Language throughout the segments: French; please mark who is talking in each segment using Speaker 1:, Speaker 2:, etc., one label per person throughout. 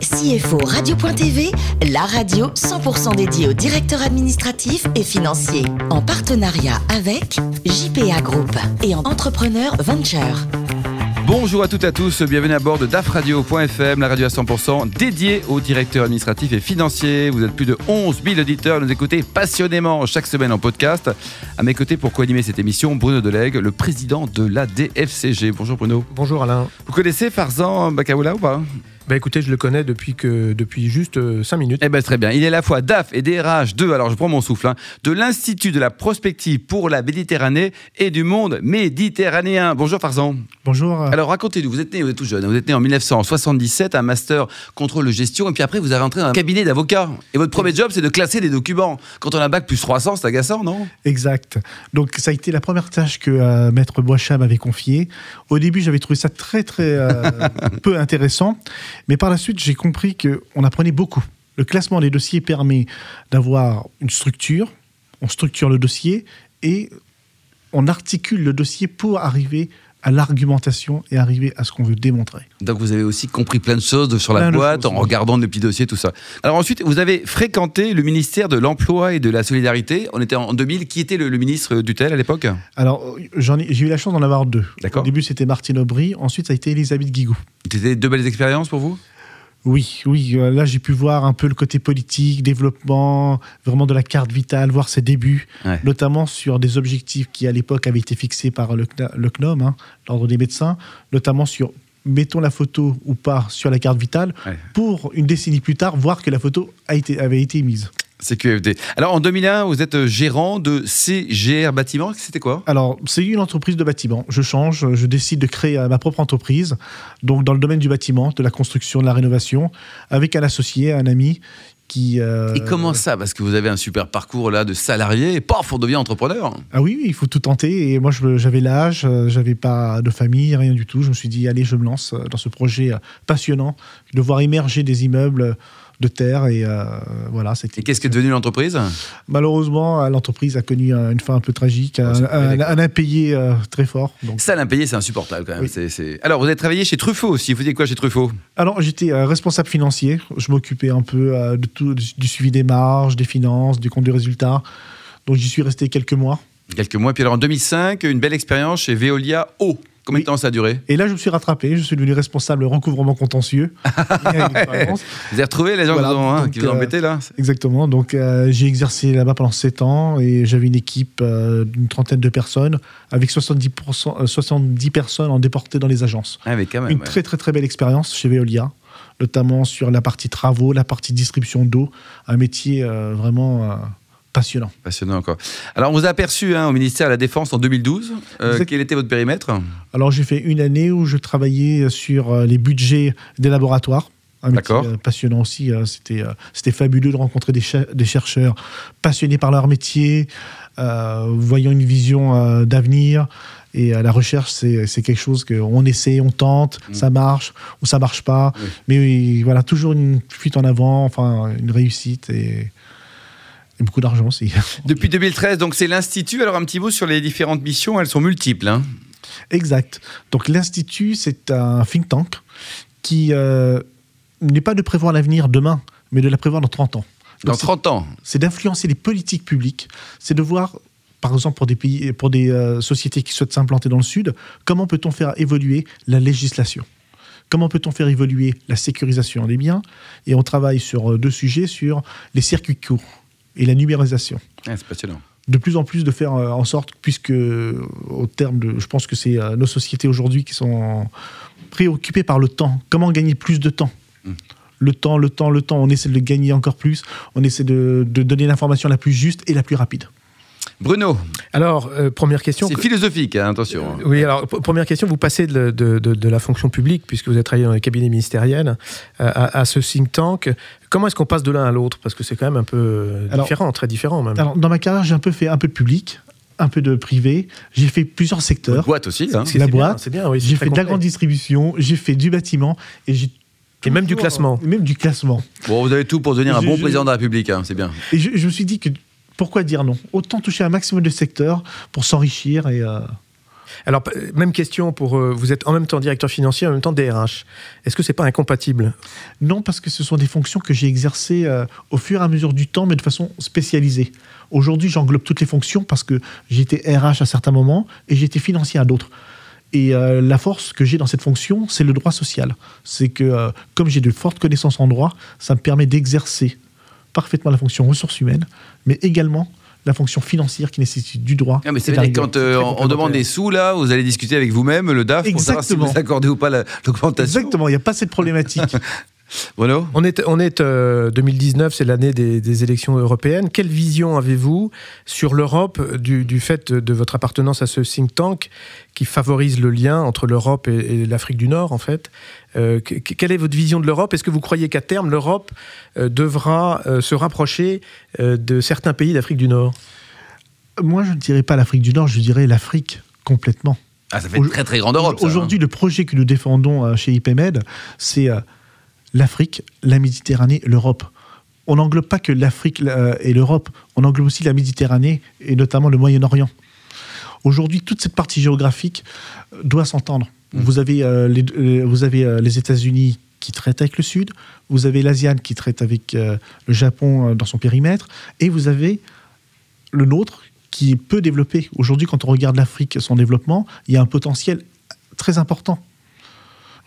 Speaker 1: CFO Radio.tv, la radio 100% dédiée aux directeurs administratifs et financiers. En partenariat avec JPA Group et en entrepreneur venture.
Speaker 2: Bonjour à toutes et à tous, bienvenue à bord de dafradio.fm, la radio à 100% dédiée aux directeurs administratifs et financiers. Vous êtes plus de 11 000 auditeurs, nous écoutez passionnément chaque semaine en podcast. À mes côtés pour co-animer cette émission, Bruno Delegue, le président de la DFCG. Bonjour Bruno.
Speaker 3: Bonjour Alain.
Speaker 2: Vous connaissez Farzan Bakaoula ou pas
Speaker 3: bah écoutez, je le connais depuis, que, depuis juste 5 minutes.
Speaker 2: Eh ben très bien. Il est à la fois DAF et DRH 2, alors je prends mon souffle, hein, de l'Institut de la prospective pour la Méditerranée et du monde méditerranéen. Bonjour Farzan.
Speaker 4: Bonjour. euh,
Speaker 2: Alors racontez-nous, vous êtes né, vous êtes tout jeune, hein, vous êtes né en 1977, un master contrôle de gestion, et puis après vous avez rentré dans un cabinet d'avocats. Et votre premier job, c'est de classer des documents. Quand on a un bac plus 300, c'est agaçant, non
Speaker 4: Exact. Donc ça a été la première tâche que euh, Maître Boischam m'avait confiée. Au début, j'avais trouvé ça très, très euh, peu intéressant. Mais par la suite, j'ai compris qu'on apprenait beaucoup. Le classement des dossiers permet d'avoir une structure, on structure le dossier et on articule le dossier pour arriver à l'argumentation et arriver à ce qu'on veut démontrer.
Speaker 2: Donc vous avez aussi compris plein de choses sur la
Speaker 4: Plein de
Speaker 2: boîte
Speaker 4: choses,
Speaker 2: en
Speaker 4: oui.
Speaker 2: regardant les petits dossiers, tout ça. Alors ensuite, vous avez fréquenté le ministère de l'Emploi et de la Solidarité. On était en 2000. Qui était le, le ministre du TEL à l'époque
Speaker 4: Alors, euh, j'en ai- j'ai eu la chance d'en avoir deux.
Speaker 2: D'accord.
Speaker 4: Au début, c'était Martine Aubry, ensuite, ça a été Elisabeth Guigou.
Speaker 2: C'était deux belles expériences pour vous
Speaker 4: Oui, oui, euh, là j'ai pu voir un peu le côté politique, développement, vraiment de la carte vitale, voir ses débuts,
Speaker 2: Ouais.
Speaker 4: notamment sur des objectifs qui à l'époque avaient été fixés par le, CNA le CNOM, hein, l'Ordre des médecins, notamment sur mettons la photo ou pas sur la carte vitale,
Speaker 2: Ouais.
Speaker 4: pour une décennie plus tard voir que la photo a été, avait été mise.
Speaker 2: CQFD. Alors en 2001, vous êtes gérant de CGR Bâtiment. C'était quoi
Speaker 4: Alors, c'est une entreprise de bâtiment. Je change, je décide de créer euh, ma propre entreprise, donc dans le domaine du bâtiment, de la construction, de la rénovation, avec un associé, un ami qui... euh,
Speaker 2: Et comment ça Parce que vous avez un super parcours là de salarié et paf, on devient entrepreneur.
Speaker 4: Ah oui, oui, il faut tout tenter. Et moi, je- j'avais l'âge, euh, j'avais pas de famille, rien du tout. Je me suis dit, allez, je me lance euh, dans ce projet euh, passionnant, de voir émerger des immeubles euh, de terre. Et euh, voilà,
Speaker 2: Et
Speaker 4: c'était.
Speaker 2: qu'est-ce qui est devenu l'entreprise
Speaker 4: Malheureusement, euh, l'entreprise a connu euh, une fin un peu tragique, un,
Speaker 2: c'est-
Speaker 4: un- un impayé euh, très fort. Donc.
Speaker 2: Ça, l'impayé, c'est insupportable quand même.
Speaker 4: Oui.
Speaker 2: C'est- c'est- Alors, vous avez travaillé chez Truffaut aussi. Vous faisiez quoi chez Truffaut
Speaker 4: Alors, j'étais euh, responsable financier. Je m'occupais un peu euh, de tout, du, du suivi des marges, des finances, du compte du résultat. Donc, j'y suis resté quelques mois.
Speaker 2: Quelques mois. Puis alors, en 2005, une belle expérience chez Veolia O. Combien de
Speaker 4: Oui.
Speaker 2: temps ça a duré
Speaker 4: Et là, je me suis rattrapé. Je suis devenu responsable euh, recouvrement contentieux. Il y a une expérience.
Speaker 2: Vous avez retrouvé les gens
Speaker 4: Voilà,
Speaker 2: qui vous ont, hein,
Speaker 4: donc,
Speaker 2: qui vous ont
Speaker 4: euh,
Speaker 2: embêté là
Speaker 4: Exactement. Donc, euh, j'ai exercé là-bas pendant 7 ans et j'avais une équipe euh, d'une trentaine de personnes avec 70%, euh, 70 personnes en déportées dans les agences.
Speaker 2: Ah, mais quand même.
Speaker 4: une
Speaker 2: ouais.
Speaker 4: très, très, très belle expérience chez Veolia, notamment sur la partie travaux, la partie distribution d'eau. Un métier euh, vraiment euh, passionnant.
Speaker 2: Passionnant encore. Alors, on vous a aperçu hein, au ministère de la Défense en 2012. Euh,
Speaker 4: Exact-
Speaker 2: quel était votre périmètre
Speaker 4: Alors, j'ai fait une année où je travaillais sur euh, les budgets des laboratoires. Un métier
Speaker 2: D'accord.
Speaker 4: euh, passionnant aussi. euh, C'était euh, c'était fabuleux de rencontrer des, che- des chercheurs passionnés par leur métier, euh, voyant une vision euh, d'avenir. Et euh, la recherche, c'est c'est quelque chose qu'on essaie, on tente, ça marche ou ça marche pas.
Speaker 2: Mm. Oui.
Speaker 4: Mais oui, voilà, toujours une fuite en avant, enfin, une réussite et, et beaucoup d'argent aussi.
Speaker 2: Depuis 2013, donc c'est l'Institut. Alors, un petit mot sur les différentes missions. Elles sont multiples. hein.
Speaker 4: Exact. Donc l'Institut, c'est un think tank qui euh, n'est pas de prévoir l'avenir demain, mais de la prévoir dans 30 ans.
Speaker 2: Dans
Speaker 4: Donc, c'est-
Speaker 2: 30 ans.
Speaker 4: C'est d'influencer les politiques publiques, c'est de voir, par exemple, pour des, pays, pour des euh, sociétés qui souhaitent s'implanter dans le Sud, comment peut-on faire évoluer la législation Comment peut-on faire évoluer la sécurisation des biens Et on travaille sur euh, deux sujets, sur les circuits courts et la numérisation
Speaker 2: Ah, c'est passionnant.
Speaker 4: de plus en plus de faire euh, en sorte, puisque euh, au terme de, je pense que c'est euh, nos sociétés aujourd'hui qui sont préoccupées par le temps. Comment gagner plus de temps
Speaker 3: Mm.
Speaker 4: Le temps, le temps, le temps. On essaie de le gagner encore plus. On essaie de, de donner l'information la plus juste et la plus rapide.
Speaker 2: Bruno,
Speaker 3: Alors, euh, première question. Euh,
Speaker 2: c'est philosophique, hein, attention. hein.
Speaker 3: Oui, alors p- première question, vous passez de, de- de- de la fonction publique, puisque vous avez travaillé dans les cabinets ministériels, euh, à, à ce think tank. Comment est-ce qu'on passe de l'un à l'autre Parce que c'est quand même un peu euh,
Speaker 4: Alors-
Speaker 3: différent, très différent même.
Speaker 4: Alors, dans ma carrière, j'ai un peu fait un peu de public, un peu de privé. J'ai fait plusieurs
Speaker 2: Votre
Speaker 4: secteurs.
Speaker 2: boîte aussi. hein.
Speaker 3: Parce que
Speaker 4: la
Speaker 3: c'est bien,
Speaker 4: boîte,
Speaker 3: c'est bien, oui, c'est
Speaker 4: J'ai
Speaker 3: très
Speaker 4: fait de la
Speaker 3: complet.
Speaker 4: grande distribution. J'ai fait du bâtiment et j'ai
Speaker 3: Et même du
Speaker 4: toujours- euh,
Speaker 3: classement.
Speaker 4: Même du classement.
Speaker 2: Bon, vous avez tout pour devenir un
Speaker 4: Je-
Speaker 2: bon
Speaker 4: je-
Speaker 2: président de la République. hein, c'est bien.
Speaker 4: Et je, je me suis dit que pourquoi dire non Autant toucher un maximum de secteurs pour s'enrichir et euh,
Speaker 3: Alors, p- même question pour. euh, vous êtes en même temps directeur financier, en même temps DRH. Est-ce que c'est pas incompatible
Speaker 4: Non, parce que ce sont des fonctions que j'ai exercées euh, au fur et à mesure du temps, mais de façon spécialisée. Aujourd'hui, j'englobe toutes les fonctions parce que j'étais RH à certains moments et j'étais financier à d'autres. Et euh, la force que j'ai dans cette fonction, c'est le droit social. C'est que, euh, comme j'ai de fortes connaissances en droit, ça me permet d'exercer parfaitement la fonction ressources humaines, mais également la fonction financière qui nécessite du droit.
Speaker 2: Ah, mais c'est
Speaker 4: et de
Speaker 2: vrai
Speaker 4: la
Speaker 2: que quand
Speaker 4: rigueur.
Speaker 2: euh,
Speaker 4: Très
Speaker 2: on, on demande des sous là, vous allez discuter avec vous-même, le DAF, pour savoir si
Speaker 4: Exactement.
Speaker 2: vous accordez ou pas la- l'augmentation.
Speaker 4: Exactement, il n'y a pas cette problématique.
Speaker 2: Bruno
Speaker 3: On est, on est euh, 2019, c'est l'année des, des élections européennes. Quelle vision avez-vous sur l'Europe du, du fait de votre appartenance à ce think tank qui favorise le lien entre l'Europe et, et l'Afrique du Nord, en fait Euh, que- que- Quelle est votre vision de l'Europe Est-ce que vous croyez qu'à terme, l'Europe euh, devra euh, se rapprocher euh, de certains pays d'Afrique du Nord
Speaker 4: Moi, je ne dirais pas l'Afrique du Nord, je dirais l'Afrique complètement.
Speaker 2: Ah, ça fait une
Speaker 4: Au-
Speaker 2: très très grande Europe. ça, hein.
Speaker 4: Aujourd'hui, le projet que nous défendons euh, chez IPMED, c'est euh, l'Afrique, la Méditerranée, l'Europe. On n'englobe pas que l'Afrique euh, et l'Europe, on englobe aussi la Méditerranée et notamment le Moyen-Orient. Aujourd'hui, toute cette partie géographique euh, doit s'entendre. Vous avez, euh, les, euh, vous avez euh, les États-Unis qui traitent avec le Sud, vous avez l'ASEAN qui traite avec euh, le Japon euh, dans son périmètre, et vous avez le nôtre qui peut développer. Aujourd'hui, quand on regarde l'Afrique, son développement, il y a un potentiel très important.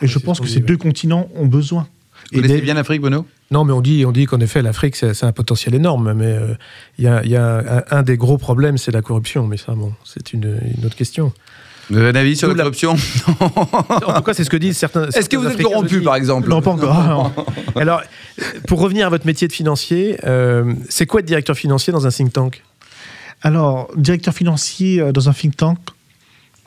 Speaker 4: Et
Speaker 3: Oui,
Speaker 4: je
Speaker 3: c'est
Speaker 4: pense
Speaker 3: ce
Speaker 4: que
Speaker 3: qu'on
Speaker 4: ces
Speaker 3: dit,
Speaker 4: deux continents ont besoin.
Speaker 2: Vous
Speaker 4: Et
Speaker 2: connaissez
Speaker 4: dès-
Speaker 2: bien l'Afrique, Bruno
Speaker 3: Non, mais on dit, on dit qu'en effet, l'Afrique, c'est c'est un potentiel énorme. Mais euh, il y a, il y a un, un des gros problèmes, c'est la corruption. Mais ça, bon, c'est une, une autre question.
Speaker 2: Vous avez un avis sur
Speaker 3: D'où
Speaker 2: la
Speaker 3: la-
Speaker 2: corruption
Speaker 3: En tout cas, c'est ce que disent certains.
Speaker 2: Est-ce que
Speaker 3: certains
Speaker 2: vous êtes
Speaker 3: Africains
Speaker 2: corrompu,
Speaker 3: aussi.
Speaker 2: par exemple
Speaker 4: Non, pas encore.
Speaker 3: Alors, pour revenir à votre métier de financier, euh, c'est quoi être directeur financier dans un think tank
Speaker 4: Alors, directeur financier euh, dans un think tank,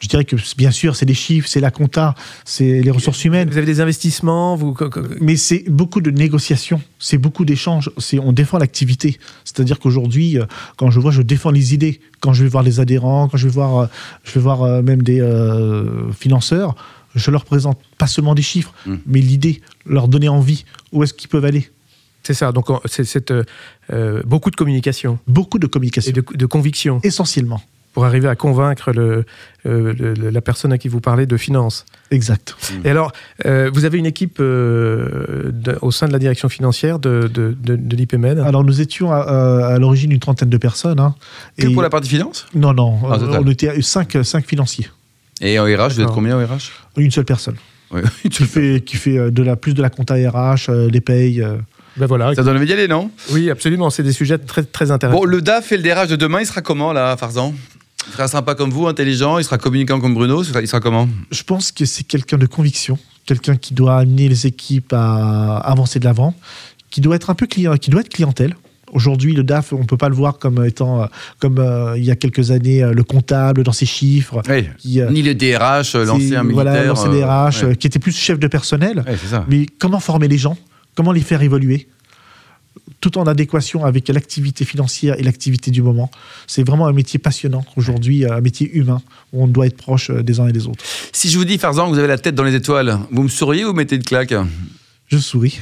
Speaker 4: je dirais que bien sûr, c'est des chiffres, c'est la compta, c'est les ressources humaines.
Speaker 3: Vous avez des investissements vous... co- co-
Speaker 4: mais c'est beaucoup de négociations, c'est beaucoup d'échanges, c'est on défend l'activité. C'est-à-dire qu'aujourd'hui, euh, quand je vois, je défends les idées. Quand je vais voir les adhérents, quand je vais voir, euh, je vais voir euh, même des euh, financeurs, je leur présente pas seulement des chiffres,
Speaker 2: Mm.
Speaker 4: mais l'idée, leur donner envie. Où est-ce qu'ils peuvent aller
Speaker 3: C'est ça, donc en- c'est c'est, euh, euh, beaucoup de communication
Speaker 4: Beaucoup de
Speaker 3: et
Speaker 4: communication,
Speaker 3: de, de conviction
Speaker 4: essentiellement.
Speaker 3: pour arriver à convaincre le, euh, le- le- la personne à qui vous parlez de finance.
Speaker 4: Exact.
Speaker 3: Et alors, euh, vous avez une équipe euh, de- au sein de la direction financière de, de, de- de l'IPMED
Speaker 2: Ah.
Speaker 4: Alors nous étions à, euh, à- à l'origine d'une trentaine de personnes. hein.
Speaker 2: Que
Speaker 4: Et-
Speaker 2: pour la partie finance
Speaker 4: Non, non,
Speaker 2: Ah,
Speaker 4: euh,
Speaker 2: total.
Speaker 4: on était à cinq, cinq financiers,
Speaker 2: Et en RH, vous êtes
Speaker 3: D'accord.
Speaker 2: combien en RH
Speaker 4: une seule personne
Speaker 2: Ouais.
Speaker 4: qui fait, qui fait euh, de la, plus de la compta RH, euh, les payes. euh,
Speaker 3: Ben voilà.
Speaker 2: Ça donne envie d'y aller, non
Speaker 3: Oui, absolument, c'est des sujets très, très intéressants.
Speaker 2: Bon, le DAF et le DRH de demain, il sera comment, là, Farzan Il sera sympa comme vous, intelligent, il sera communicant comme Bruno, il sera, il sera comment
Speaker 4: je pense que c'est quelqu'un de conviction, quelqu'un qui doit amener les équipes à avancer de l'avant, qui doit être un peu client, qui doit être clientèle. Aujourd'hui, le DAF, on ne peut pas le voir comme étant, euh, comme euh, il y a quelques années, euh, le comptable dans ses chiffres,
Speaker 2: Oui.
Speaker 4: qui euh,
Speaker 2: Ni le DRH, euh,
Speaker 4: c'est-
Speaker 2: l'ancien militaire.
Speaker 4: voilà, l'ancien
Speaker 2: euh,
Speaker 4: DRH,
Speaker 2: ouais.
Speaker 4: euh, qui était plus chef de personnel.
Speaker 2: Ouais, c'est ça.
Speaker 4: Mais comment former les gens Comment les faire évoluer tout en adéquation avec l'activité financière et l'activité du moment. C'est vraiment un métier passionnant aujourd'hui, euh, un métier humain, où on doit être proche euh, des uns et des autres.
Speaker 2: Si je vous dis, Farzan, que vous avez la tête dans les étoiles, vous me souriez ou vous mettez une claque
Speaker 4: Je souris.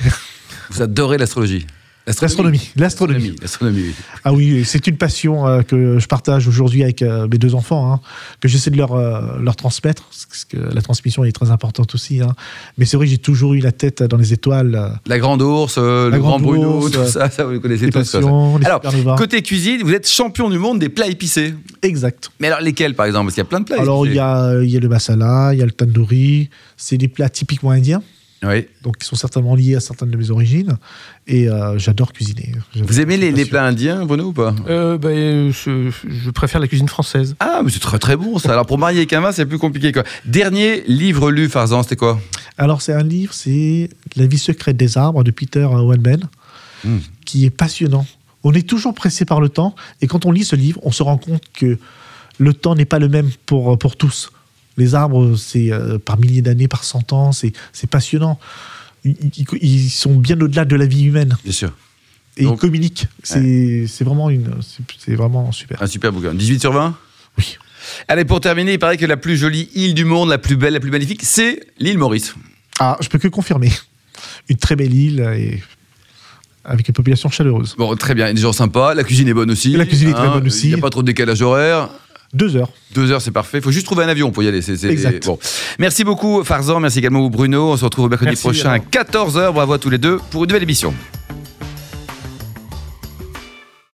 Speaker 2: Vous adorez l'astrologie.
Speaker 4: L'astronomie. L'astronomie.
Speaker 2: L'astronomie, l'astronomie, oui.
Speaker 4: Ah oui, c'est une passion euh, que je partage aujourd'hui avec euh, mes deux enfants, hein, que j'essaie de leur, euh, leur transmettre, parce que la transmission est très importante aussi. hein. Mais c'est vrai que j'ai toujours eu la tête dans les étoiles, euh,
Speaker 2: La grande ours, euh,
Speaker 4: La
Speaker 2: le grand
Speaker 4: grande
Speaker 2: Bruno,
Speaker 4: ours,
Speaker 2: tout
Speaker 4: euh,
Speaker 2: ça, ça vous connaissez
Speaker 4: les
Speaker 2: tous. ça, ça.
Speaker 4: passions, les
Speaker 2: Alors,
Speaker 4: supernovas.
Speaker 2: côté cuisine, vous êtes champion du monde des plats épicés.
Speaker 4: Exact.
Speaker 2: Mais alors lesquels, par exemple Parce qu'il y a plein de plats
Speaker 4: Alors, il y,
Speaker 2: épicés.
Speaker 4: a, il y a le masala, il y a le tandoori, c'est des plats typiquement indiens,
Speaker 2: Oui.
Speaker 4: donc qui sont certainement liés à certaines de mes origines. Et euh, j'adore cuisiner. J'adore
Speaker 2: Vous aimez
Speaker 4: cette
Speaker 2: les, les
Speaker 4: passion.
Speaker 2: plats indiens, Bruno, ou pas
Speaker 3: Euh, ben, je, je préfère la cuisine française.
Speaker 2: Ah, mais c'est très très bon ça. Alors pour marier avec un vin, c'est plus compliqué quoi. Dernier livre lu, Farzan, c'était quoi
Speaker 4: Alors, c'est un livre, c'est La vie secrète des arbres de Peter Wellman,
Speaker 2: Mm.
Speaker 4: qui est passionnant. On est toujours pressé par le temps, et quand on lit ce livre, on se rend compte que le temps n'est pas le même pour, euh, pour tous. Les arbres, c'est euh, par milliers d'années, par cent ans, c'est c'est passionnant. Ils, ils- ils sont bien au-delà de la vie humaine
Speaker 2: Bien sûr.
Speaker 4: et
Speaker 2: Donc-
Speaker 4: ils communiquent. C'est c'est vraiment une, c'est- c'est vraiment super.
Speaker 2: Un super bouquin. 18 sur 20
Speaker 4: Oui.
Speaker 2: Allez, pour terminer, il paraît que la plus jolie île du monde, la plus belle, la plus magnifique, c'est l'île Maurice.
Speaker 4: Ah, je peux que confirmer. Une très belle île et avec une population chaleureuse.
Speaker 2: Bon, très bien, il y a des gens sympas, la cuisine est bonne aussi.
Speaker 4: La cuisine est très bonne aussi.
Speaker 2: Il n'y a pas trop de décalage horaire.
Speaker 4: Deux heures.
Speaker 2: Deux heures, c'est parfait. Il faut juste trouver un avion pour y aller. c'est- c'est-
Speaker 4: Exact.
Speaker 2: Bon. Merci beaucoup, Farzan. Merci également, Bruno. On se retrouve mercredi
Speaker 4: Merci,
Speaker 2: prochain à
Speaker 4: Laurent.
Speaker 2: 14h. Bravo à tous les deux pour une nouvelle émission.